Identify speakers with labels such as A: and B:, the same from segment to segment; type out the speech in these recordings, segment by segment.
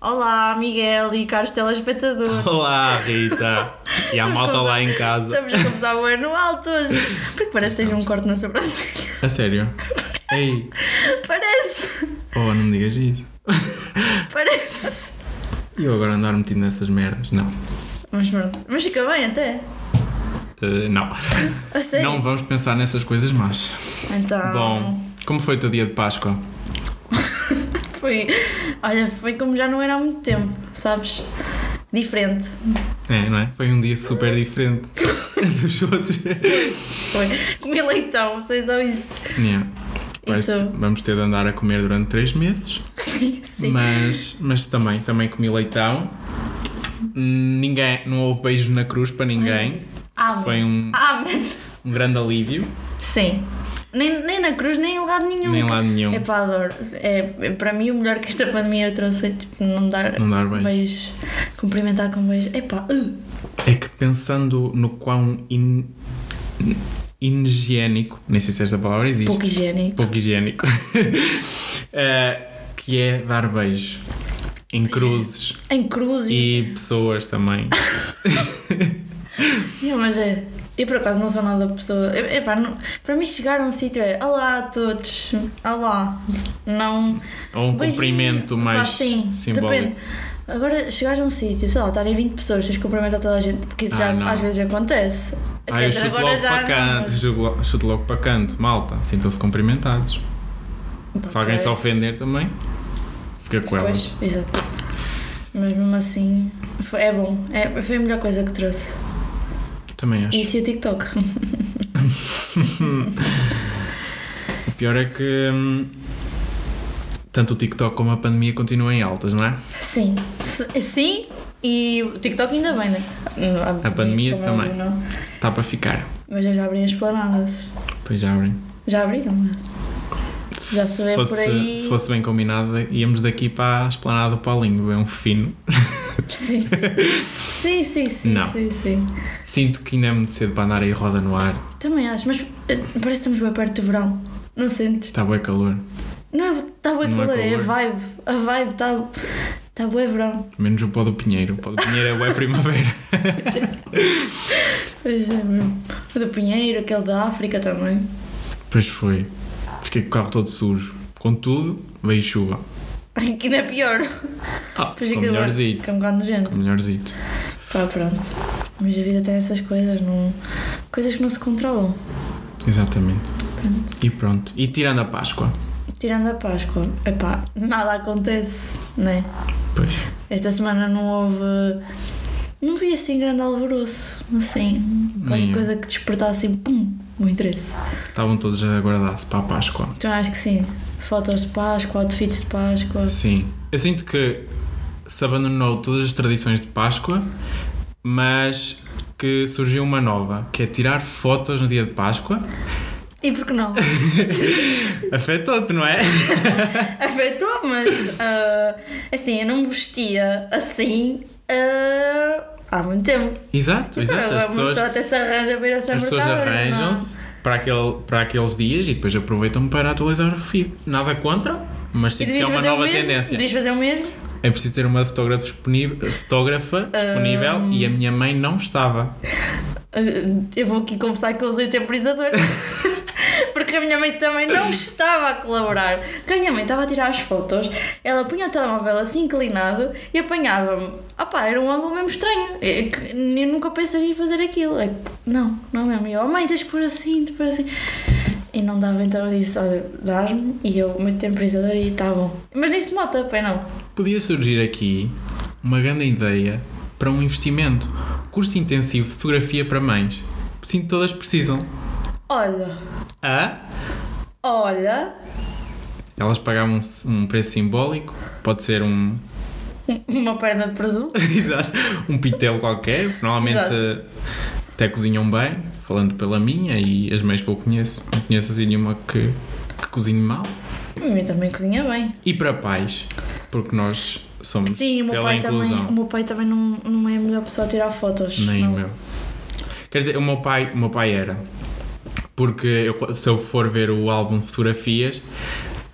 A: Olá, Miguel e caros telespectadores.
B: Olá, Rita. E a
A: Estamos
B: malta
A: como
B: lá
A: se-
B: em casa.
A: Estamos a começar o ano alto hoje. Porque parece que tens um corte na sobrancelha.
B: A sério? Ei,
A: Parece,
B: oh, não me digas isso.
A: parece.
B: E eu agora andar metido nessas merdas? Não.
A: Mas pronto, mas fica bem até.
B: Eh, não.
A: A sério.
B: Não vamos pensar nessas coisas más.
A: Então,
B: Bom, como foi o teu dia de Páscoa?
A: foi. Olha, foi como já não era há muito tempo, sabes? Diferente.
B: É, não é? Foi um dia super diferente dos outros.
A: Foi. Comi leitão, vocês só isso.
B: Yeah. Vais-
A: Então.
B: Vamos ter de andar a comer durante três meses.
A: Sim, sim.
B: Mas, mas também, também comi leitão. Ninguém, não houve beijo na cruz para ninguém.
A: Amém.
B: Foi um,
A: Amém.
B: um grande alívio.
A: Ah, Sim. Nem, nem na cruz, nem em lado nenhum.
B: Nem em lado nenhum.
A: É para adoro. É, é- para mim, o melhor que esta pandemia trouxe foi tipo, não dar,
B: Não dar beijos.
A: Cumprimentar com beijos. É pá, uh,
B: É que pensando no quão in- inhigiênico, nem sei se esta palavra existe,
A: pouco higiênico.
B: Pouco higiênico, eh, que é dar beijo em cruzes
A: Em cruz.
B: e pessoas também.
A: É, mas é. Eu por acaso não sou nada pessoa. É, é pá, não- para mim chegar a um sítio é Olá a todos, Olá. Não.
B: Ou um
A: Beijinho.
B: cumprimento mais
A: Pá, sim,
B: simbólico.
A: Depende. Agora, chegares a um sítio, sei lá, estarem 20 pessoas, tens de cumprimentar toda a gente, porque isso
B: Ah,
A: já
B: não.
A: às vezes acontece.
B: Ah, eu chuto logo para canto, chuto lo- chuto logo para canto, malta, sintam-se cumprimentados. Se alguém se
A: só
B: ofender também, fica com elas.
A: Pois, exato. Mas mesmo assim, foi- é bom. É, foi a melhor coisa que trouxe.
B: Também acho.
A: Isso e o TikTok.
B: O pior é que hum, tanto o TikTok como a pandemia continuam em altas, não é?
A: Sim. S- Sim, e o TikTok ainda bem, né?
B: A pandemia
A: como é óbvio,
B: também.
A: não.
B: Está Tá para ficar.
A: Mas eu já abri as planadas.
B: Pois já abrem.
A: Já abriram, né? mas. Já se vê por
B: fosse,
A: aí.
B: se fosse bem combinado, íamos daqui para a esplanada do Paulinho, é um fino.
A: Sim, sim. Sim, sim, sim,
B: Não.
A: sim, sim.
B: Sinto que ainda é muito cedo para andar aí roda no ar.
A: Também acho, mas eh, parece que estamos bem perto do verão. Não sentes?
B: Está bem Tá calor.
A: Não é, está bem
B: Não é
A: calor, é a
B: calor.
A: vibe. A vibe está. Está bem verão.
B: Menos o pó do Pinheiro. O pó do Pinheiro é bué primavera.
A: Pois é, mesmo. O do Pinheiro, aquele da África também.
B: Pois foi. Fiquei com o carro todo sujo. Contudo, veio chuva.
A: Ai, Que ainda é pior.
B: Ah,
A: Pois
B: ficou
A: aquilo é-
B: melhorzito.
A: que é um bocado nojento.
B: Ficou melhorzito.
A: Pá, pronto. Mas a vida tem essas coisas, não... coisas que não se controlam.
B: Exatamente. E pronto. E tirando a Páscoa.
A: Tirando a Páscoa, epá, nada acontece, né?
B: Pois.
A: Esta semana não houve. Não vi assim grande alvoroço, assim.
B: Nem
A: Qualquer
B: eu.
A: coisa que despertasse assim, pum, o interesse.
B: Estavam todos a aguardar-se para a Páscoa.
A: Então acho que sim. Fotos de Páscoa, outfits de Páscoa.
B: Sim. Eu sinto que se abandonou todas as tradições de Páscoa, mas que surgiu uma nova, que é tirar fotos no dia de Páscoa.
A: E por que não?
B: Afetou-te, não é?
A: Afetou, mas ah, assim, eu não me vestia assim ah, há muito tempo.
B: Exato, exato.
A: Agora
B: é,
A: uma
B: As
A: pessoa
B: pessoas,
A: até se arranja para ir ao
B: as pessoas
A: supermercado. não é?
B: arranjam-se para, aquele, para aqueles dias e depois aproveitam para atualizar o feed. Nada contra, mas
A: E
B: sinto que é
A: devias
B: uma
A: fazer, o
B: nova
A: mesmo,
B: tendência.
A: devias fazer o mesmo?
B: É preciso ter uma fotógrafa disponível, fotógrafa disponível e a minha mãe não estava.
A: Ah, Eu vou aqui confessar que eu usei o temporizador. Porque a minha mãe também não estava a colaborar. Porque a minha mãe estava a tirar as fotos, ela punha o telemóvel assim inclinado e apanhava-me. Ah pá, era um ângulo mesmo estranho. É que Eu nunca pensaria em fazer aquilo. É que, não, não mesmo. E eu, oh, mãe, tens que pôr assim, tens que pôr assim. E não dava, então eu disse: olha, dás-me. E eu meto temporizador e está bom. Mas nem se nota, pois não.
B: Podia surgir aqui uma grande ideia para um investimento. Curso intensivo de fotografia para mães. Sinto que todas precisam.
A: Olha,
B: Ah?
A: olha,
B: Elas pagavam um- um preço simbólico, pode ser um.
A: uma perna de presunto.
B: Exato, um pitel qualquer. Normalmente
A: Exato.
B: até cozinham bem, falando pela minha e as meias que eu conheço, não conheço assim nenhuma que, que cozinhe mal.
A: A minha também cozinha bem.
B: E para pais, porque nós somos
A: Sim, o meu,
B: pela
A: pai também,
B: é
A: é
B: inclusão.
A: o meu pai também não, não é a melhor pessoa a tirar fotos.
B: Nem o
A: não.
B: meu. Quer dizer, o meu pai, o meu pai era. Porque eu- se eu for ver o álbum de fotografias,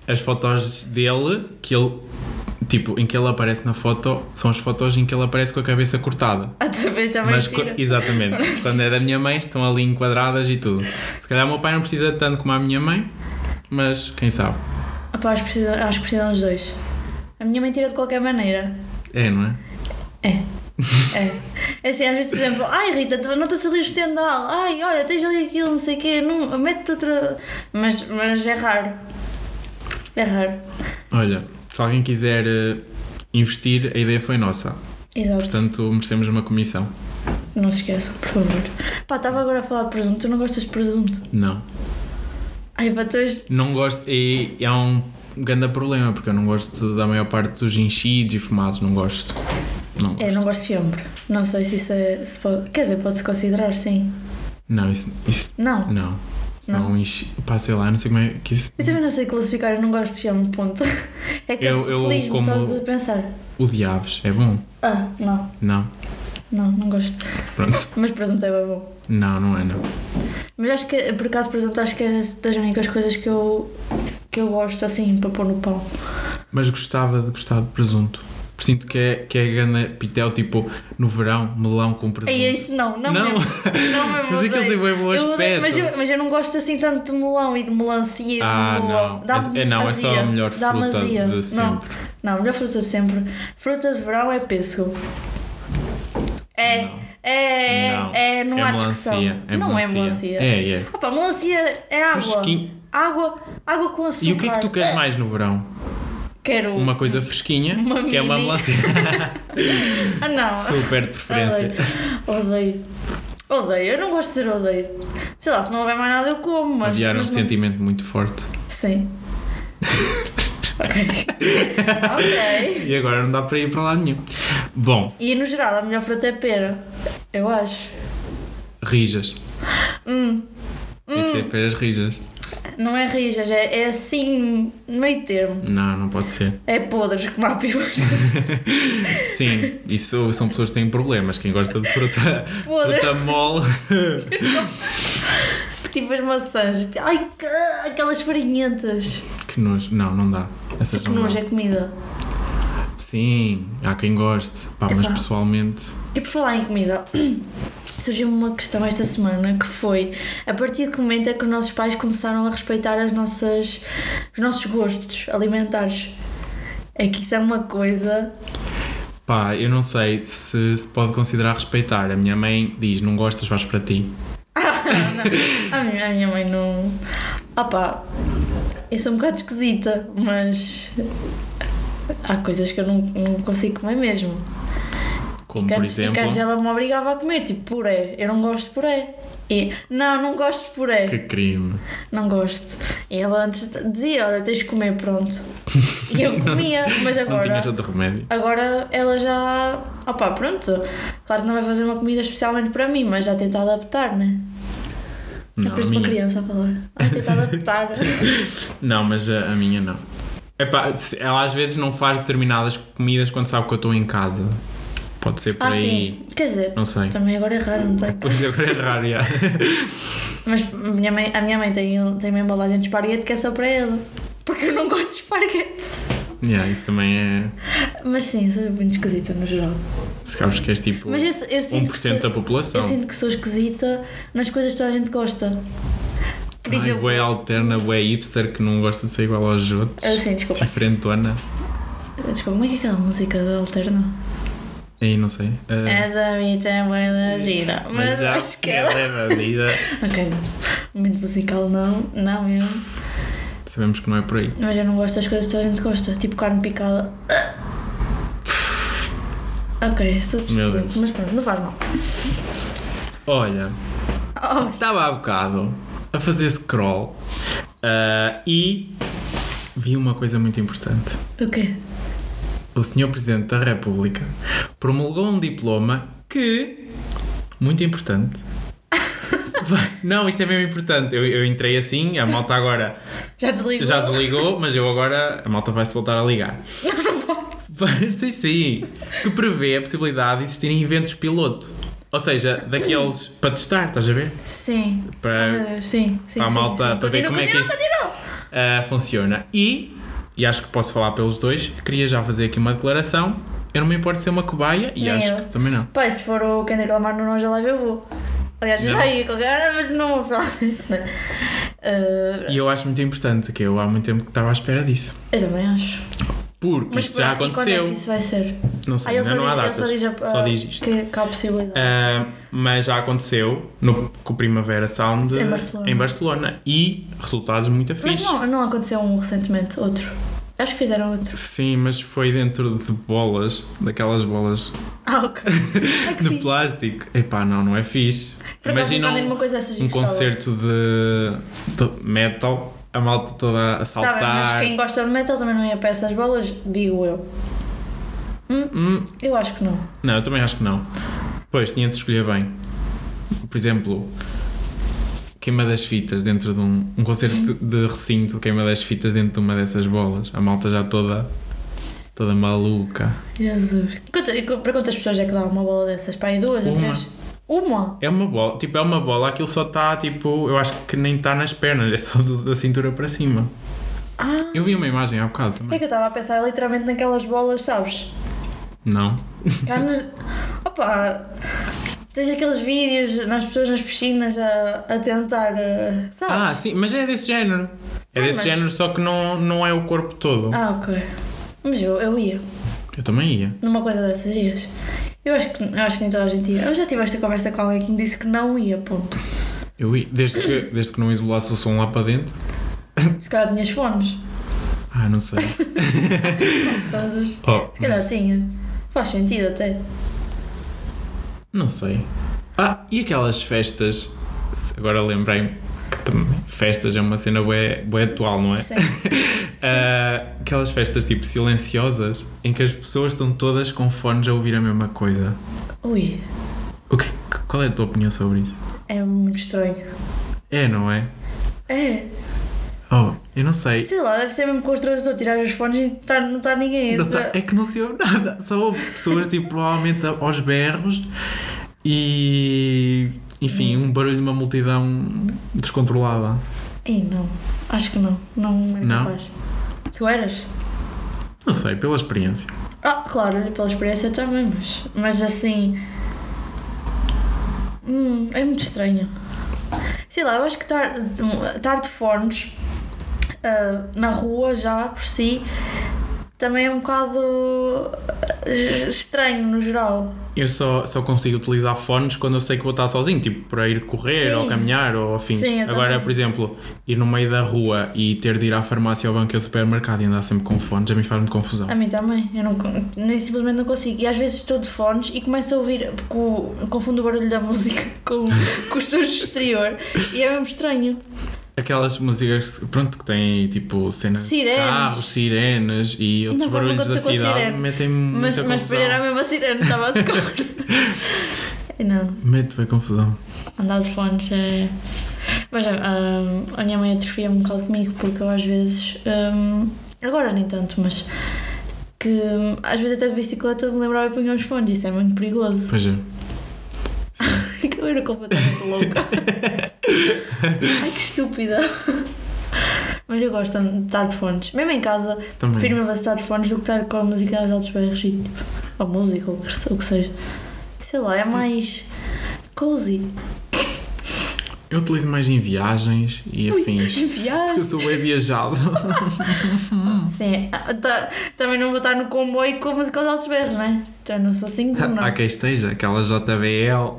B: as fotos dele, que ele. Tipo, em que ele aparece na foto, são as fotos em que ele aparece com a cabeça cortada.
A: Ah, também também
B: Mas, co-
A: tira.
B: exatamente, quando é da minha mãe estão ali enquadradas e tudo. Se calhar o meu pai não precisa tanto como a minha mãe, mas quem sabe?
A: Ah, pá, acho, que precisam, acho que precisam os dois. A minha mãe tira de qualquer maneira.
B: É, não é?
A: É. É. É assim, às vezes, por exemplo, ai Rita, tu- nota-se ali o estendal, ai, olha, tens ali aquilo, não sei o quê, não, mete-te outra. Mas, mas é raro. É raro.
B: Olha, se alguém quiser eh, investir, a ideia foi nossa.
A: Exato.
B: Portanto, merecemos uma comissão.
A: Não se esqueçam, por favor. Pá, estava agora a falar de presunto, tu não gostas de presunto?
B: Não.
A: Ai, pá, tu és.
B: Não gosto. E é um grande problema, porque eu não gosto da maior parte dos enchidos e fumados, não gosto. Não.
A: É, não gosto de fiambre. Não sei se isso é. Se pode... Quer dizer, pode-se considerar, sim.
B: Não, isso. isso
A: Não.
B: não. Se não, é um enchi. Pá, sei lá, não sei como é que isso.
A: Eu também não sei classificar, eu não gosto de fiambre, ponto. É que
B: Eu-
A: eu,
B: eu
A: feliz-me só
B: como-
A: de pensar.
B: O diabos, é bom?
A: Ah, não,
B: Não.
A: não, não gosto.
B: Pronto.
A: Mas presunto é bem bom.
B: Não, não é, não.
A: Mas acho que, por acaso, presunto acho que é das únicas coisas que eu, que eu gosto, assim, para pôr no pão.
B: Mas gostava de gostar de presunto. Sinto que é, que é gana pitel, tipo, no verão, melão com presunto.
A: É isso, não, não,
B: Não.
A: mesmo. Não mesmo.
B: Mas aquilo
A: odeio.
B: tem bem bom
A: Eu odeio, mas,
B: aspecto.
A: eu, mas eu não gosto assim tanto de melão e de melancia e de
B: Ah,
A: melão.
B: não.
A: Dá-me
B: É- é não, é
A: azia.
B: só a melhor
A: Dá-me
B: fruta
A: azia.
B: de
A: Não,
B: sempre.
A: não, a melhor fruta de sempre. Fruta de verão é pêssego. É,
B: Não.
A: é, é,
B: Não.
A: é, não
B: É
A: há
B: melancia,
A: discussão.
B: é
A: não é
B: melancia.
A: melancia.
B: É, é.
A: Ah pá, melancia é água.
B: Fresquinho.
A: Água, água com açúcar.
B: E o que é que tu queres mais no verão?
A: Quero.
B: Uma coisa fresquinha,
A: Uma
B: que é uma
A: mini.
B: melancia.
A: Ah, não.
B: Super de preferência.
A: Odeio. Odeio. Odeio. Eu não gosto de ser odeio. Sei lá, se não houver mais nada eu como, mas.
B: Adiar um
A: mas não-
B: sentimento muito forte.
A: Sim. ok. ok.
B: E agora não dá para ir para lá nenhum. Bom,
A: E no geral, a melhor fruta é pera. Eu acho.
B: rijas.
A: Hum.
B: Isso é peras rijas.
A: Não é rijas, é, é assim, meio termo.
B: Não, não pode ser.
A: É podres como há piores.
B: Sim, isso são pessoas que têm problemas. Quem gosta de fruta,
A: Podre.
B: fruta mole.
A: tipo as maçãs. Ai, que- aquelas farinhentas.
B: Que nojo. Não, não dá. Essas
A: Que
B: não
A: nojo
B: dá.
A: é comida.
B: Sim, há quem goste. Pá, mas
A: Epá.
B: pessoalmente.
A: E por falar em comida, surgiu-me uma questão esta semana que foi a partir de que momento é que os nossos pais começaram a respeitar as nossas, os nossos gostos alimentares? É que isso é uma coisa.
B: Pá, eu não sei se se pode considerar respeitar. A minha mãe diz: não gostas, vais para ti.
A: A minha, a minha mãe não. Opá, eu sou um bocado esquisita, mas. Há coisas que eu não, não consigo comer mesmo.
B: Como
A: Que
B: por
A: antes- E que
B: exemplo.
A: antes ela me obrigava a comer, tipo puré. Eu não gosto de puré. E, não, não gosto de puré.
B: Que crime.
A: Não gosto. E ela antes dizia, olha, tens de comer, pronto. E eu comia, mas
B: Não tinhas
A: agora.
B: outro remédio.
A: Agora ela já. Opá, pronto. Claro que não vai fazer uma comida especialmente para mim, mas já tenta adaptar, né? é?
B: Não, a
A: Parece uma
B: minha-
A: criança a falar. Ah, tenta adaptar.
B: Não, mas a, a minha não. Epá, se- ela às vezes não faz determinadas comidas quando sabe que eu estou em casa. Pode ser por
A: ah,
B: aí.
A: sim. Quer dizer,
B: Não sei.
A: também agora é raro, não tem?
B: Pois é, agora é raro, já.
A: Mas minha mãe, a minha mãe tem, tem uma embalagem de esparguete que é só para ela. Porque eu não gosto de esparguete.
B: Já, isso também é.
A: Mas sim, sou muito esquisita no geral.
B: Se sabes que és tipo
A: Mas eu, eu sinto que
B: 1%
A: sou-
B: da população.
A: Eu sinto que sou esquisita nas coisas que toda a gente gosta. Por
B: Ai,
A: exemplo.
B: é bué alterna, bué hipster que não gosta de ser igual aos outros.
A: Ah, sim, desculpa.
B: Diferentona.
A: Desculpa, como é que é aquela música da Alterna?
B: Aí não sei. Ah,
A: Essa bicha é bué da gira. Mas, acho que ela.
B: é bandida.
A: Ok, muito musical não, não mesmo.
B: Sabemos que não é por aí.
A: Mas eu não gosto das coisas que toda a gente gosta. Tipo carne picada. Ok, sou
B: Meu
A: deficiente, mas pronto, não faz mal.
B: Olha,
A: Oh,
B: estava há bocado a fazer scroll ah, e vi uma coisa muito importante.
A: o quê?
B: o Sr. Presidente da República promulgou um diploma que, muito importante, Não, isto é mesmo importante. Eu, eu entrei assim, a malta agora
A: Já desligou?
B: já desligou, mas eu agora. A malta vai-se voltar a ligar. sim, sim. Que prevê a possibilidade de existirem eventos piloto. Ou seja, daqueles para testar, estás a ver?
A: Sim.
B: Para-
A: Ah, meu Deus, sim, sim.
B: para a
A: sim,
B: malta,
A: sim.
B: para ver
A: Continua,
B: como é que
A: continua,
B: isto-
A: continua.
B: Ah, funciona. E, e acho que posso falar pelos dois, queria já fazer aqui uma declaração. Eu não me importo de ser uma cobaia e
A: Nem
B: acho
A: eu.
B: que também não.
A: Pá, se for o Kendrick Lamar no Noja Live, eu vou. Aliás, eu
B: Não.
A: já ia qualquer hora, mas não vou falar disso, né? Ah,
B: E eu acho muito importante, que eu há muito tempo que estava à espera disso.
A: eu também acho.
B: Porque isto já
A: pronto, e quando é
B: aconteceu.
A: que isso vai ser?
B: Não sei,
A: Ah, ele só,
B: ainda não é
A: diz,
B: há
A: ele
B: datas.
A: só diz, a-
B: isto.
A: Que, que há a possibilidade.
B: Ah, mas já aconteceu no, com o Primavera Sound
A: Em Barcelona.
B: em Barcelona. E resultados muito
A: Mas
B: É fixe.
A: não, não aconteceu um recentemente, outro. Acho que fizeram outro.
B: Sim, mas foi dentro de bolas, daquelas bolas
A: Ah, ok. Ai, que
B: de
A: fixe.
B: plástico. Epá, não, não é fixe.
A: Por acaso,
B: Imagina
A: não
B: um-
A: uma coisa dessas.
B: um
A: gostava.
B: concerto de, de metal, a malta toda a
A: Tá
B: saltar.
A: bem, mas quem gosta de metal também não ia para essas bolas, digo eu.
B: Hum,
A: Eu acho que não.
B: não, eu também acho que não. Pois, tinha de escolher bem. Por exemplo, queima das fitas dentro de um, um concerto de- de recinto, queima das fitas dentro de uma dessas bolas. A malta já toda, toda maluca.
A: Jesus. Quanta- e qu- para quantas pessoas é que dá uma bola dessas? Para aí duas
B: Uma.
A: ou três? Uma?
B: É uma bola, tipo, é uma bola, aquilo só está, tipo, eu acho que nem está nas pernas, é só do- da cintura para cima.
A: Ah,
B: Eu vi uma imagem há bocado
A: é
B: também.
A: que eu estava a pensar literalmente naquelas bolas, sabes?
B: Não.
A: Cá nos- Opa! Tens aqueles vídeos nas pessoas nas piscinas a, a tentar. eh,
B: Ah,
A: Sabes?
B: sim, mas é desse género. É
A: Ah,
B: desse
A: mas-
B: género, só que não, não é o corpo todo.
A: Ah, ok. Mas eu, eu ia
B: Eu também ia.
A: numa coisa dessas dias. Eu acho que, eu acho que nem toda a gente ia. Eu já tive esta conversa com alguém que me disse que não ia, ponto.
B: Eu ia. Desde que, desde que não isolasse o som lá para dentro.
A: Se calhar tinhas fones.
B: Ah, não sei.
A: Todas.
B: Oh,
A: Se calhar tinha. Faz sentido até.
B: não sei. Ah, e aquelas festas? Se- Agora lembrei-me que também, festas é uma cena bué, bué atual, não é?
A: Sim.
B: Ah, aquelas festas tipo silenciosas em que as pessoas estão todas com fones a ouvir a mesma coisa.
A: Ui,
B: O que, qual é a tua opinião sobre isso?
A: é muito estranho.
B: É, não é?
A: É,
B: Oh, eu não sei.
A: sei lá, deve ser mesmo constrangedor tirar os fones e tá- não está ninguém.
B: Não
A: a-
B: tá- é que não se ouve nada. Só ouve pessoas, tipo, provavelmente aos berros e. Enfim, um barulho de uma multidão descontrolada.
A: Ei, não, acho que não. Não é
B: Não?
A: capaz. Tu eras?
B: Não sei, pela experiência.
A: Ah, claro, olha, pela experiência também, mas, mas assim. Hum, é muito estranho. Sei lá, eu acho que estar estar de fones ah, na rua já por si também é um bocado ah, estranho no geral.
B: Eu só, só consigo utilizar fones quando eu sei que vou estar sozinho, tipo para ir correr
A: Sim.
B: ou caminhar ou afins.
A: Sim, eu
B: Agora,
A: também.
B: por exemplo, ir no meio da rua e ter de ir à farmácia, ao banco e ao supermercado e andar sempre com fones, a mim faz-me confusão.
A: A mim também, eu não, con- nem simplesmente não consigo. E às vezes estou de fones e começo a ouvir, porque o- confundo o barulho da música com, com os sons do exterior e é mesmo estranho.
B: Aquelas músicas, pronto, que têm tipo cenas
A: Sirenes.
B: de carros, sirenes e outros
A: Não, não
B: barulhos da
A: aconteceu com a
B: cidade
A: sirene.
B: metem-me
A: Mas,
B: muita
A: mas
B: Hum, é confusão.
A: para ir à mesma sirene estava a tocar. não,
B: Mete bem confusão.
A: andar de fones é. Mas ah, a minha mãe atrofia um bocado comigo porque eu às vezes. ah, agora nem tanto, mas. Que hum, às vezes até de bicicleta me lembrava de apanhar os fones, isso é muito perigoso.
B: Pois é.
A: Que eu era completamente louca. Ai que estúpida. Mas eu gosto de estar de fones. Mesmo em casa,
B: Também.
A: prefiro me estar de fones do que estar com a música aos altos berros e tipo, ou música, ou o que se- o que seja. Sei lá, é mais cozy.
B: Eu utilizo mais em viagens e afins. Porque eu
A: Viagem.
B: sou bem viajado.
A: Sim. Ah, tá- também não vou estar no comboio com a música aos altos berros, não é? Então eu não sou assim como não.
B: Há quem esteja, aquela JBL,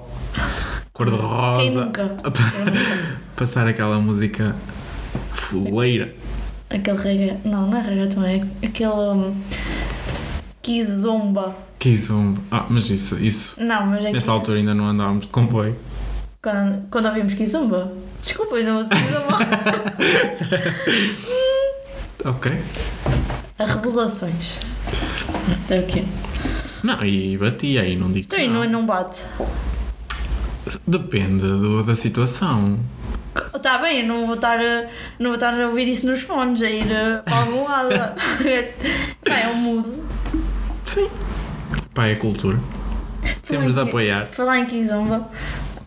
B: cor-de-rosa.
A: Quem nunca? Eu nunca.
B: Passar aquela música fuleira.
A: Aquele rega. Não, não é rega também. É aquele. hum, Kizomba.
B: Que zumba. Ah, mas isso, isso.
A: Não, mas é que-
B: Nessa altura ainda não andávamos de comboio.
A: Quando, quando ouvimos Kizomba? Desculpa, eu não ouvi Kizomba.
B: Ok.
A: A revelações. É o quê?
B: Não, e batia, e não
A: é-
B: digo.
A: Então e não, não bate.
B: Depende do- da situação.
A: Está Oh, tá bem, eu não vou estar a, não vou estar a ouvir isso nos fones, a ir eh, para algum lado. bem, eu mudo.
B: Sim. Pá, é cultura.
A: Então,
B: Temos de
A: Falar em-
B: apoiar.
A: Falar em Kizomba.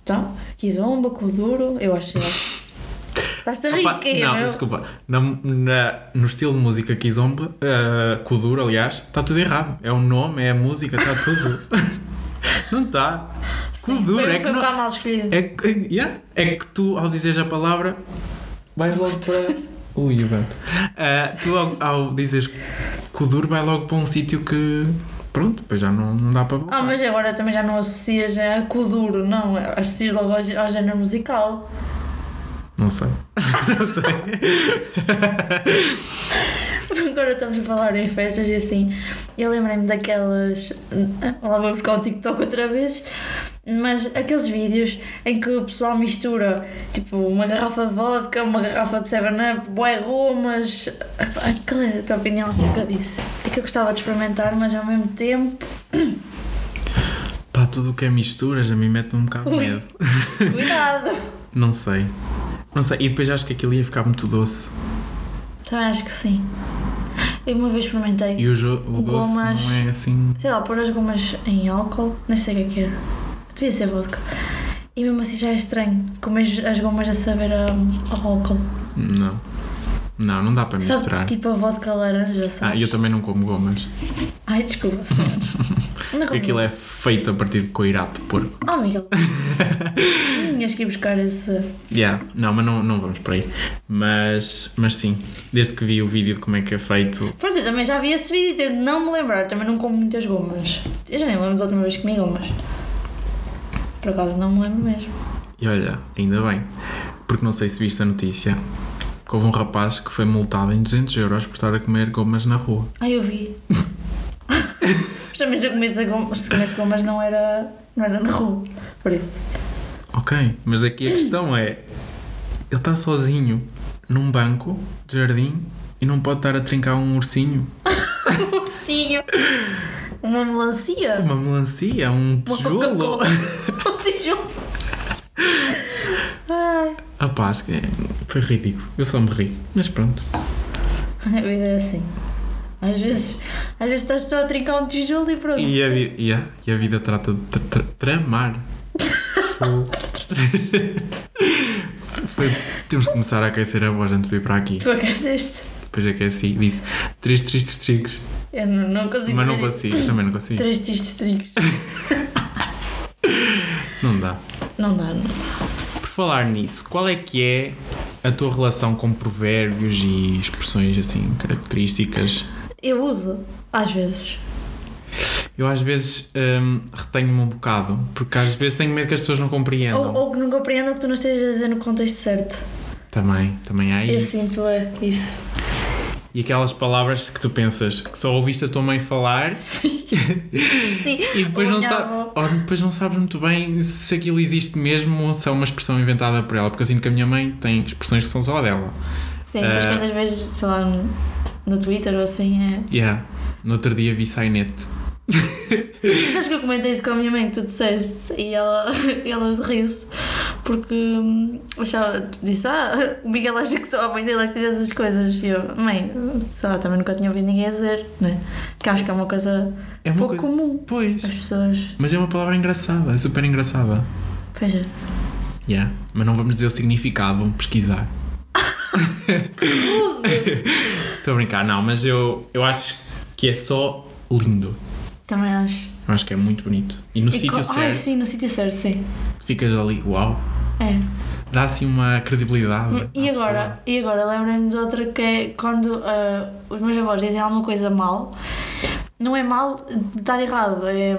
A: Então, Kizomba, Kuduro, eu acho. Estás-te a rir,
B: Opa,
A: quê,
B: não,
A: meu?
B: desculpa. Na, na- no estilo de música Kizomba, uh, Kuduro, aliás, está tudo errado. É o nome, é a música, está tudo. não está. Kuduro,
A: Foi,
B: é que
A: foi um
B: não.
A: bocado mal escolhido.
B: É que, yeah, é que tu, ao dizeres a palavra, vais logo para. Ui, o vento. Ah, tu, ao, ao dizeres Kuduro, vai logo para um sítio que. Pronto, depois já não, não dá para voltar.
A: Ah, mas agora também já não associas a Kuduro, não. Associas logo ao, gê- ao género musical.
B: Não sei. não sei.
A: Agora estamos a falar em festas e assim. Eu lembrei-me daquelas. Lá vou buscar o TikTok outra vez. Mas aqueles vídeos em que o pessoal mistura tipo uma garrafa de vodka, uma garrafa de 7-up, bué gomas. Epá, Qual é a tua opinião acerca disso? É que eu gostava de experimentar, mas ao mesmo tempo.
B: Pá, tudo o que é misturas a mim mete-me um bocado de
A: Ui.
B: medo.
A: Cuidado!
B: Não sei. Não sei. E depois acho que aquilo ia ficar muito doce.
A: então acho que sim. Eu uma vez experimentei.
B: E o, jo- o doce
A: Gomas.
B: não é assim.
A: sei lá, pôr as gomas em álcool, nem sei o que é que era. Devia ser vodka. E mesmo assim já é estranho comer as gomas a saber a, a álcool.
B: Não. Não, não dá para misturar.
A: Sabe, tipo a vodka laranja,
B: Ah,
A: sabe?
B: e eu também não como gomas.
A: Ai, desculpa. sim. Não
B: Porque aquilo é feito a partir de coirato de porco.
A: Oh, Miguel. Tinhas que ir buscar esse.
B: Yeah. Não, mas não, não vamos por aí. Mas, mas sim, desde que vi o vídeo de como é que é feito.
A: Pronto, eu também já vi esse vídeo e tento não me lembrar. Também não como muitas gomas. Eu já nem lembro da última vez que comi gomas. Por acaso não me lembro mesmo.
B: E olha, ainda bem. Porque não sei se viste a notícia. Que houve um rapaz que foi multado em 200 euros por estar a comer gomas na rua.
A: Ah, eu vi. Mas também se eu comesse gomas, se comesse gomas não era, não era na rua, por isso.
B: Ok, mas aqui a questão é: ele está sozinho num banco de jardim e não pode estar a trincar um ursinho,
A: Um ursinho, uma melancia,
B: uma melancia, um tijolo.
A: Coca-Cola. um tijolo. Ai,
B: Rapaz, que- é, foi ridículo. Eu só me ri, mas pronto.
A: a vida é assim. Às vezes, às vezes estás só a trincar um tijolo e pronto.
B: E é. a, vi- e a- e a vida trata de tra- tra- tramar. Fogo. Foi- temos de começar a aquecer a voz antes de vir para aqui.
A: Tu aqueceste?
B: Depois é aqueci e assim. disse: Três tristes trigos.
A: Eu não, não consigo.
B: Mas não
A: ver isso.
B: consigo, também não consigo.
A: Três tijos de trigos.
B: Não dá.
A: Não dá, não.
B: Por falar nisso, qual é que é a tua relação com provérbios e expressões assim características?
A: Eu uso, às vezes.
B: Eu às vezes hum, retenho-me um bocado, porque às vezes tenho medo que as pessoas não compreendam.
A: Ou, ou que não compreendam que tu não estejas a dizer no contexto certo.
B: Também, também há
A: Eu
B: isso.
A: sinto é isso.
B: E aquelas palavras que tu pensas que só ouviste a tua mãe falar
A: Sim.
B: e depois
A: Ou
B: não,
A: minha
B: sa-
A: avó.
B: ou depois não sabes muito bem se aquilo existe mesmo ou se é uma expressão inventada por ela, porque eu sinto que a minha mãe tem expressões que são só dela.
A: Sim, depois
B: Eh,
A: quantas vezes, sei lá, no, no Twitter ou assim é.
B: Yeah. No outro dia vi Sainete.
A: Sabes que eu comentei isso com a minha mãe que tu disseste e ela, ela riu-se porque hum, achava, disse, ah, o Miguel acha que só a mãe dele é que diz essas coisas. E eu, mãe, sei lá, também nunca tinha ouvido ninguém dizer, né? Que acho que é uma coisa
B: É uma
A: pouco
B: coisa-
A: comum.
B: Pois.
A: As pessoas.
B: Mas é uma palavra engraçada, é super engraçada.
A: Pois é.
B: Yeah. Mas não vamos dizer o significado, vamos pesquisar. Estou a brincar, não, mas eu, eu acho que é só lindo.
A: Também acho.
B: Eu acho que é muito bonito. E no
A: E
B: sítio
A: co- Ai,
B: certo,
A: sim, no sítio certo, sim.
B: ficas ali, uau,
A: É.
B: dá assim uma credibilidade.
A: E
B: à
A: agora, e agora lembrei-me de outra que é quando ah, os meus avós dizem alguma coisa mal, não é mal de estar errado, é.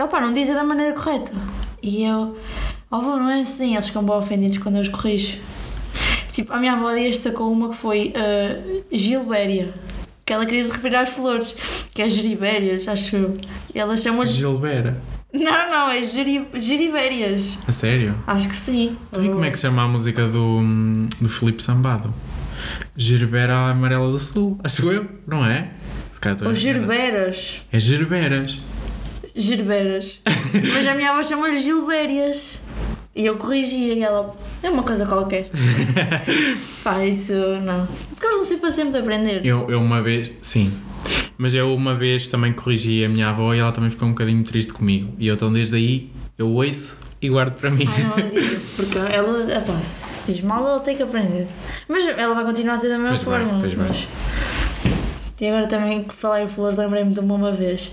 A: Opa, não dizem da maneira correta. E eu, oh, avô, não é assim, eles ficam bem ofendidos quando eu os corrijo. Tipo, a minha avó dias sacou uma que foi ah, Gilbéria, que ela queria se referir às flores, que é Geribérias, acho eu. E ela chamou
B: pessoa. Gilbera,
A: Não, não, é geri... Geribérias.
B: a sério?
A: Acho que sim.
B: Então e como é que se chama a música do, do Filipe Sambado? Gerbera Amarela do Sul, acho eu, não é? Se calhar estou a
A: Os
B: enganar.
A: gerberas.
B: É gerberas.
A: Gerberas. Mas a minha avó chama-lhe Gilbérias. E eu corrigi e ela. É uma coisa qualquer. Pá, isso não. Porque eles não sei para sempre aprender.
B: Eu, eu uma vez, sim. Mas eu uma vez também corrigi a minha avó e ela também ficou um bocadinho triste comigo. E eu então desde aí eu ouço e guardo para mim.
A: Ai, não, olha, porque ela, epá, se diz mal, ela tem que aprender. Mas ela vai continuar a ser da mesma
B: Pois bem,
A: forma.
B: pois bem.
A: mas- E agora também que falar em flores, lembrei-me de uma uma vez.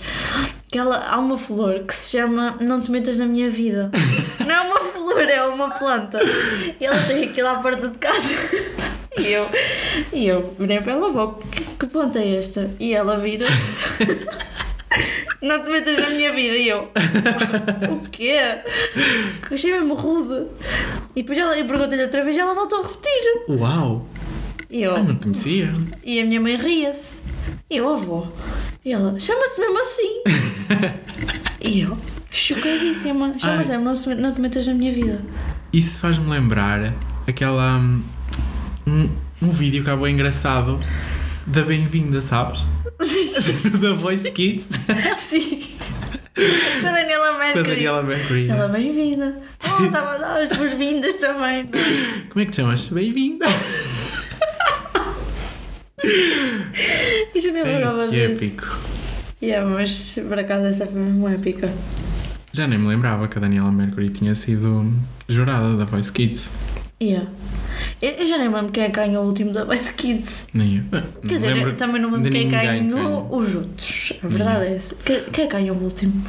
A: Que ela, há uma flor que se chama Não Te Metas na Minha Vida. Não é uma flor, é uma planta. E ela tem aquilo à porta de casa. E eu, e eu virei para ela, avó, que, que planta é esta? E ela vira-se. Não te metas na minha vida. E eu, o quê? Que Achei mesmo rude. E depois ela, eu perguntei-lhe outra vez e ela voltou a repetir.
B: Uau!
A: E eu,
B: Eu não conhecia.
A: e a minha mãe ria-se. E eu, avó. E ela, chama-se mesmo assim. e eu, chocadíssima. Chama-se
B: Ai.
A: mesmo, assim, não te metas na minha vida.
B: Isso faz-me lembrar aquela. hum, Um, um vídeo que é bem engraçado da Bem-vinda, sabes? da Voice Kids
A: Sim. Com a Daniela
B: da
A: Mercury.
B: Daniela Mercury.
A: Ela, bem-vinda. Oh, estava a dar as boas-vindas também. não é?
B: Como é que te chamas? Bem-vinda!
A: E já nem lembrava
B: Ei, que
A: disso.
B: épico!
A: Yeah, mas por acaso essa foi mesmo épica.
B: Já nem me lembrava que a Daniela Mercury tinha sido jurada da Voice Kids.
A: Yeah. Eu, eu já nem me lembro quem é que ganhou o último da Voice Kids.
B: Nem eu.
A: Quer dizer, eu também não me lembro
B: de
A: quem é que
B: ninguém que
A: ganhou
B: ganhou. Uhum.
A: os outros. A verdade é essa. Que- Quem é que ganhou o último?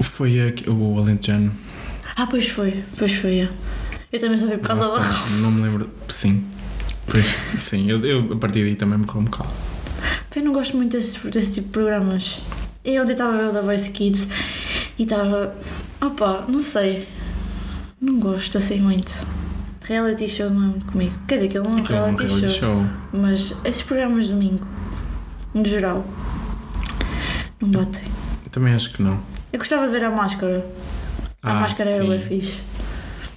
B: Foi aqui, o Alentejano.
A: Ah, pois foi, pois foi. yeah. Eu também só vi por causa
B: Lá
A: da
B: está,
A: Rafa.
B: Não me lembro. Sim. Pois, sim, eu, eu a partir daí também morreu um bocado.
A: Eu não gosto muito desse, desse tipo de programas. Eu ontem estava a ver o da Voice Kids e estava. Opa, não sei. Não gosto assim muito. Reality show não é muito comigo. Quer dizer, aquilo não é um
B: Aquilo é um
A: reality show.
B: show.
A: Mas esses programas de domingo, no geral, não batem.
B: Também acho que não.
A: Eu gostava de ver a máscara. A
B: Ah,
A: máscara era
B: sim.
A: bem fixe.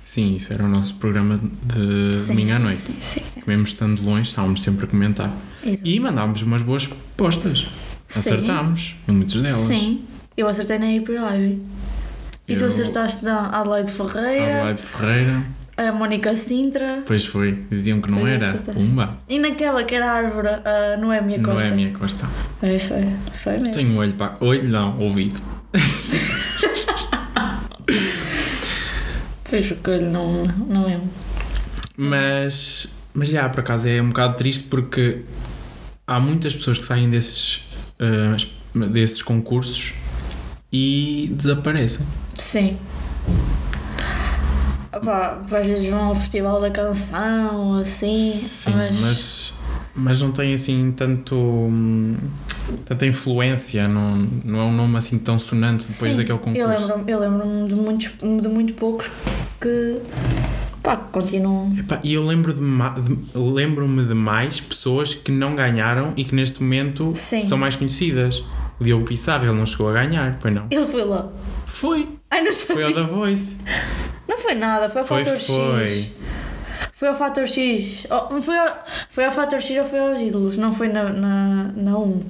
B: Sim, isso era o nosso programa de
A: Sim,
B: domingo à
A: sim,
B: noite.
A: Sim, sim.
B: Mesmo estando longe, estávamos sempre a comentar.
A: Exato.
B: E mandámos umas boas postas.
A: Sim.
B: Acertámos em muitas delas.
A: Sim. Eu acertei na April Live. E tu
B: Eu-
A: acertaste na Adelaide Ferreira,
B: Adelaide Ferreira.
A: a Mónica Sintra
B: Pois foi. Diziam que não
A: Pois
B: era.
A: acertaste.
B: Pumba.
A: e naquela que era a árvore, a Noémia
B: Não é
A: Costa.
B: a minha costa.
A: Foi, foi, foi mesmo.
B: Tenho um olho para. Olho não, ouvido.
A: Pois porque eu não, não é.
B: Mas, mas já, por acaso é um bocado triste porque há muitas pessoas que saem desses, ah, es- desses concursos e desaparecem.
A: Sim. Opá, às vezes vão ao Festival da Canção, assim,
B: Sim,
A: mas...
B: mas... mas, não tem assim tanto. hum, tanta influência, não, não é um nome assim tão sonante depois
A: Sim,
B: daquele concurso.
A: Eu lembro-me eu lembro de, muitos, de muito poucos que, pá, que continuam.
B: Epá, E eu lembro de ma- de- lembro-me de mais pessoas que não ganharam e que neste momento
A: Sim.
B: são mais conhecidas. O Diogo Pissarro, ele não chegou a ganhar, pois não?
A: Ele foi lá.
B: Foi!
A: Ai, não
B: Foi
A: foi.
B: ao da Voice.
A: Não foi nada, foi ao
B: Foi,
A: Fator X.
B: foi.
A: Foi ao Fator X. Oh, foi, ao, foi ao Fator X ou foi aos ídolos? Não foi na, na, na 1.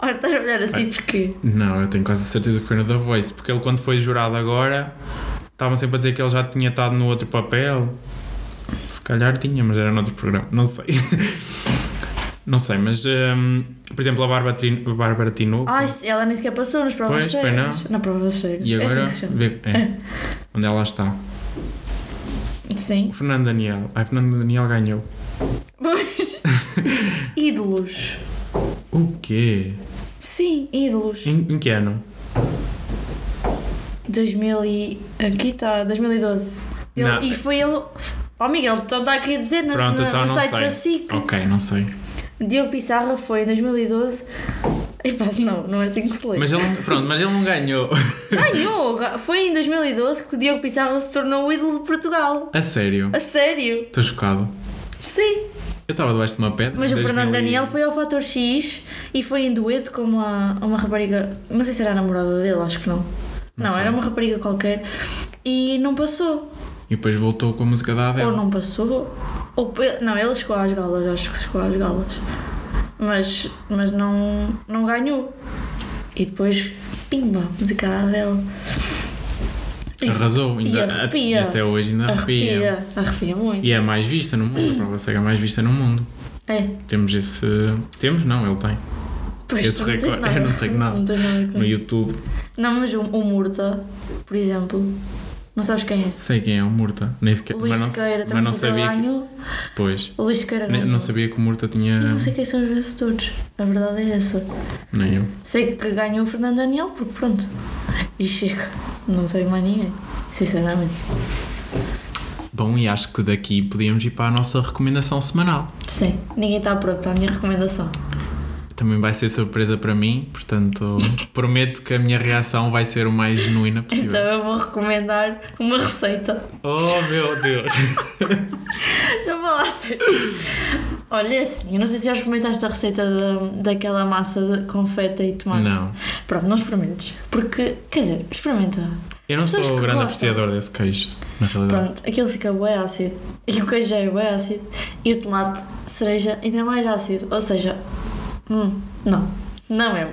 A: Oh, estás a olhar assim porque.
B: Não, eu tenho quase certeza que foi no da Voice, porque ele quando foi jurado agora, estavam sempre a dizer que ele já tinha estado no outro papel. Se calhar tinha, mas era noutro programa, não sei. Não sei, mas hum, por exemplo a Bárbara Trin- a Bárbara Tinoco
A: Ai, ela nem sequer passou nas provas
B: Pois, pois não.
A: cegas. Na prova cegas.
B: e
A: É assim
B: agora
A: que se chama.
B: vê é, onde ela está.
A: Sim.
B: O Fernando Daniel. Ai, Fernando Daniel ganhou.
A: Pois. ídolos.
B: O quê?
A: Sim, ídolos.
B: Em, em que ano?
A: 2000 e... Aqui tá, está, 2012. Ele-
B: Não.
A: E foi ele... Oh Miguel, então está a querer dizer na,
B: Pronto,
A: na-
B: então
A: no
B: não
A: site
B: sei.
A: da SIC.
B: Ok, não sei.
A: Diogo Pissarra foi em 2012. Epá, não, não é assim que se lê.
B: Mas ele, pronto, mas ele não ganhou.
A: Ganhou! ga- Foi em 2012 que o Diogo Pissarra se tornou o ídolo de Portugal.
B: A sério.
A: A sério?
B: Estou chocado.
A: Sim.
B: Eu estava debaixo de uma pedra.
A: Mas o
B: 2000
A: Fernando
B: e-
A: Daniel foi ao Fator X e foi em dueto com uma, uma rapariga. Não sei se era a namorada dele, acho que não. Não,
B: sei.
A: era uma rapariga qualquer e não passou.
B: E depois voltou com a música da Adele.
A: Ou não passou, ou pe- não, ele chegou às galas, acho que chegou às galas. Mas, mas não, não ganhou. E depois Pimba, música da Adele. E-
B: Arrasou.
A: e
B: Ainda,
A: arrepia.
B: até hoje ainda arrepia.
A: Arrepia, arrepia muito.
B: E é a mais vista no mundo. A prova cega é a mais vista no mundo.
A: É,
B: Temos esse. Temos, não, ele tem.
A: por
B: Esse
A: isso não tens
B: recorde-
A: nada.
B: eu não tenho nada.
A: Não tens nada com
B: No
A: isso.
B: YouTube.
A: Não, mas o, o Murta, por exemplo, não sabes quem é?
B: Sei quem é o Murta. Nem sequer.
A: O Luís
B: mas não,
A: Siqueira
B: mas
A: também
B: não
A: foi
B: sabia que.
A: ganho.
B: Pois.
A: O Luís Siqueira
B: Nem-
A: ganhou.
B: não sabia que o Murta tinha.
A: Não sei quem são os vencedores, a verdade é essa.
B: Nem eu.
A: Sei que ganhou o Fernando Daniel, porque pronto. E chega. Não sei mais ninguém, sinceramente.
B: Bom, e acho que daqui podíamos ir para a nossa recomendação semanal.
A: Sim, ninguém está pronto para a minha recomendação.
B: Também vai ser surpresa para mim, portanto, prometo que a minha reação vai ser o mais genuína possível.
A: Então eu vou recomendar uma receita.
B: Oh meu Deus!
A: Não vou lá ser. Olha, é assim, eu não sei se já experimentaste a receita da- daquela massa de confeta e tomate.
B: Não.
A: Pronto, não experimentes. Porque, quer dizer, experimenta.
B: Eu não sou
A: Pessoas
B: o
A: que
B: grande
A: gostam.
B: apreciador desse queijo, na realidade.
A: Pronto, aquilo fica bem ácido. E o queijo já é bem ácido. E o tomate, cereja, ainda é mais ácido. Ou seja, hum, não. Não mesmo.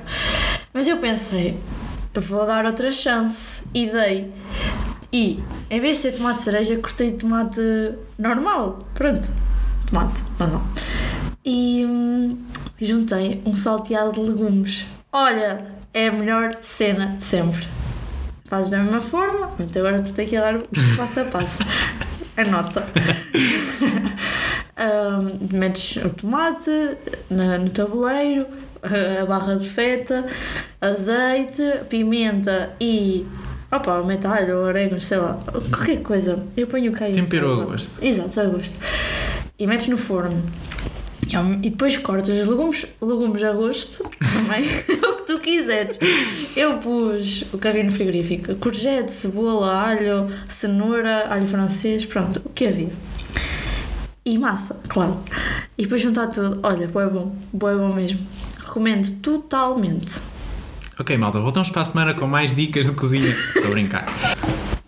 A: Mas eu pensei, vou dar outra chance. E dei. E, em vez de ser tomate cereja, cortei tomate normal. Pronto. Tomate, não, não. E hum, juntei um salteado de legumes. Olha, é a melhor cena de sempre. Fazes da mesma forma, então agora tu tens que dar passo a passo. Anota. Ahm, metes o tomate na- no tabuleiro, a barra de feta, azeite, pimenta e. opa, metalho, orégano, sei lá, qualquer coisa. Eu ponho o queijo.
B: Tempero a gosto.
A: Exato, a gosto. E metes no forno. E ao- E depois cortas os legumes, legumes a gosto também, é o que tu quiseres. Eu pus o que havia no frigorífico: courgette, cebola, alho, cenoura, alho francês, pronto, o que havia. E massa, claro. E depois juntar tudo. Olha, boa bom, boa bom mesmo. Recomendo totalmente.
B: Ok, malta, voltamos para a semana com mais dicas de cozinha. Estou a brincar.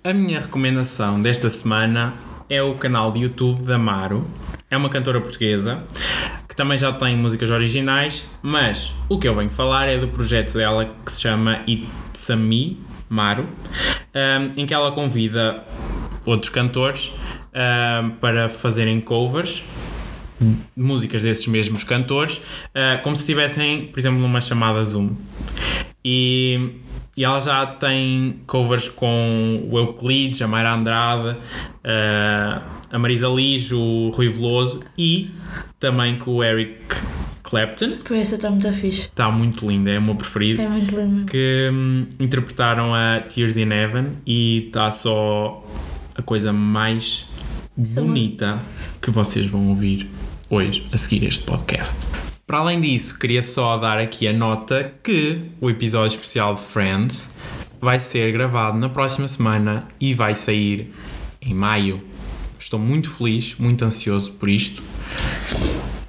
B: A minha recomendação desta semana é o canal de YouTube da Maro. É uma cantora portuguesa que também já tem músicas originais, mas o que eu venho falar é do projeto dela que se chama Itsami Maro, hum, em que ela convida outros cantores hum, para fazerem covers músicas desses mesmos cantores, ah, como se estivessem, por exemplo, numa chamada Zoom. E, e ela já tem covers com o Euclides, a Mayra Andrade, ah, a Marisa Lijo, o Rui Veloso e também com o Eric Clapton.
A: Por isso está muito fixe.
B: Está muito linda, é o meu preferido
A: É muito lindo mesmo.
B: que hum, interpretaram a Tears in Heaven e está só a coisa mais bonita que vocês vão ouvir hoje a seguir este podcast. Para além disso, queria só dar aqui a nota que o episódio especial de Friends vai ser gravado na próxima semana e vai sair em maio. Estou muito feliz, muito ansioso por isto.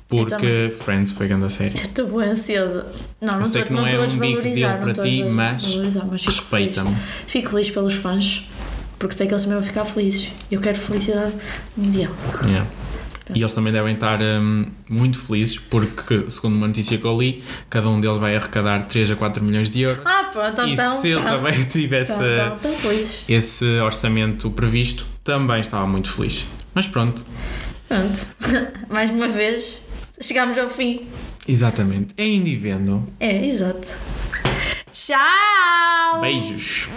B: Porque Friends foi grande a série.
A: Estou bem ansiosa. Não, não
B: Eu sei
A: estou-
B: que não
A: estou
B: é
A: a
B: um big deal
A: desvalorizar,
B: para
A: não estou
B: ti,
A: a
B: mas
A: desvalorizar, mas fico
B: respeita-me.
A: feliz. Fico feliz pelos fãs, porque sei que eles também vão ficar felizes. Eu quero felicidade mundial.
B: Yeah.
A: Tá.
B: E eles também devem estar hum, muito felizes porque, segundo uma notícia que eu li, cada um deles vai arrecadar 3 a 4 milhões de euros.
A: Ah, pronto,
B: e
A: então.
B: se ele
A: tá,
B: também tivesse
A: tá, tá, tá felizes.
B: esse orçamento previsto, também estava muito feliz. Mas pronto,
A: Pronto. Mais uma vez, chegámos ao fim.
B: exatamente. É Indivendo.
A: É, exato. Tchau!
B: Beijos.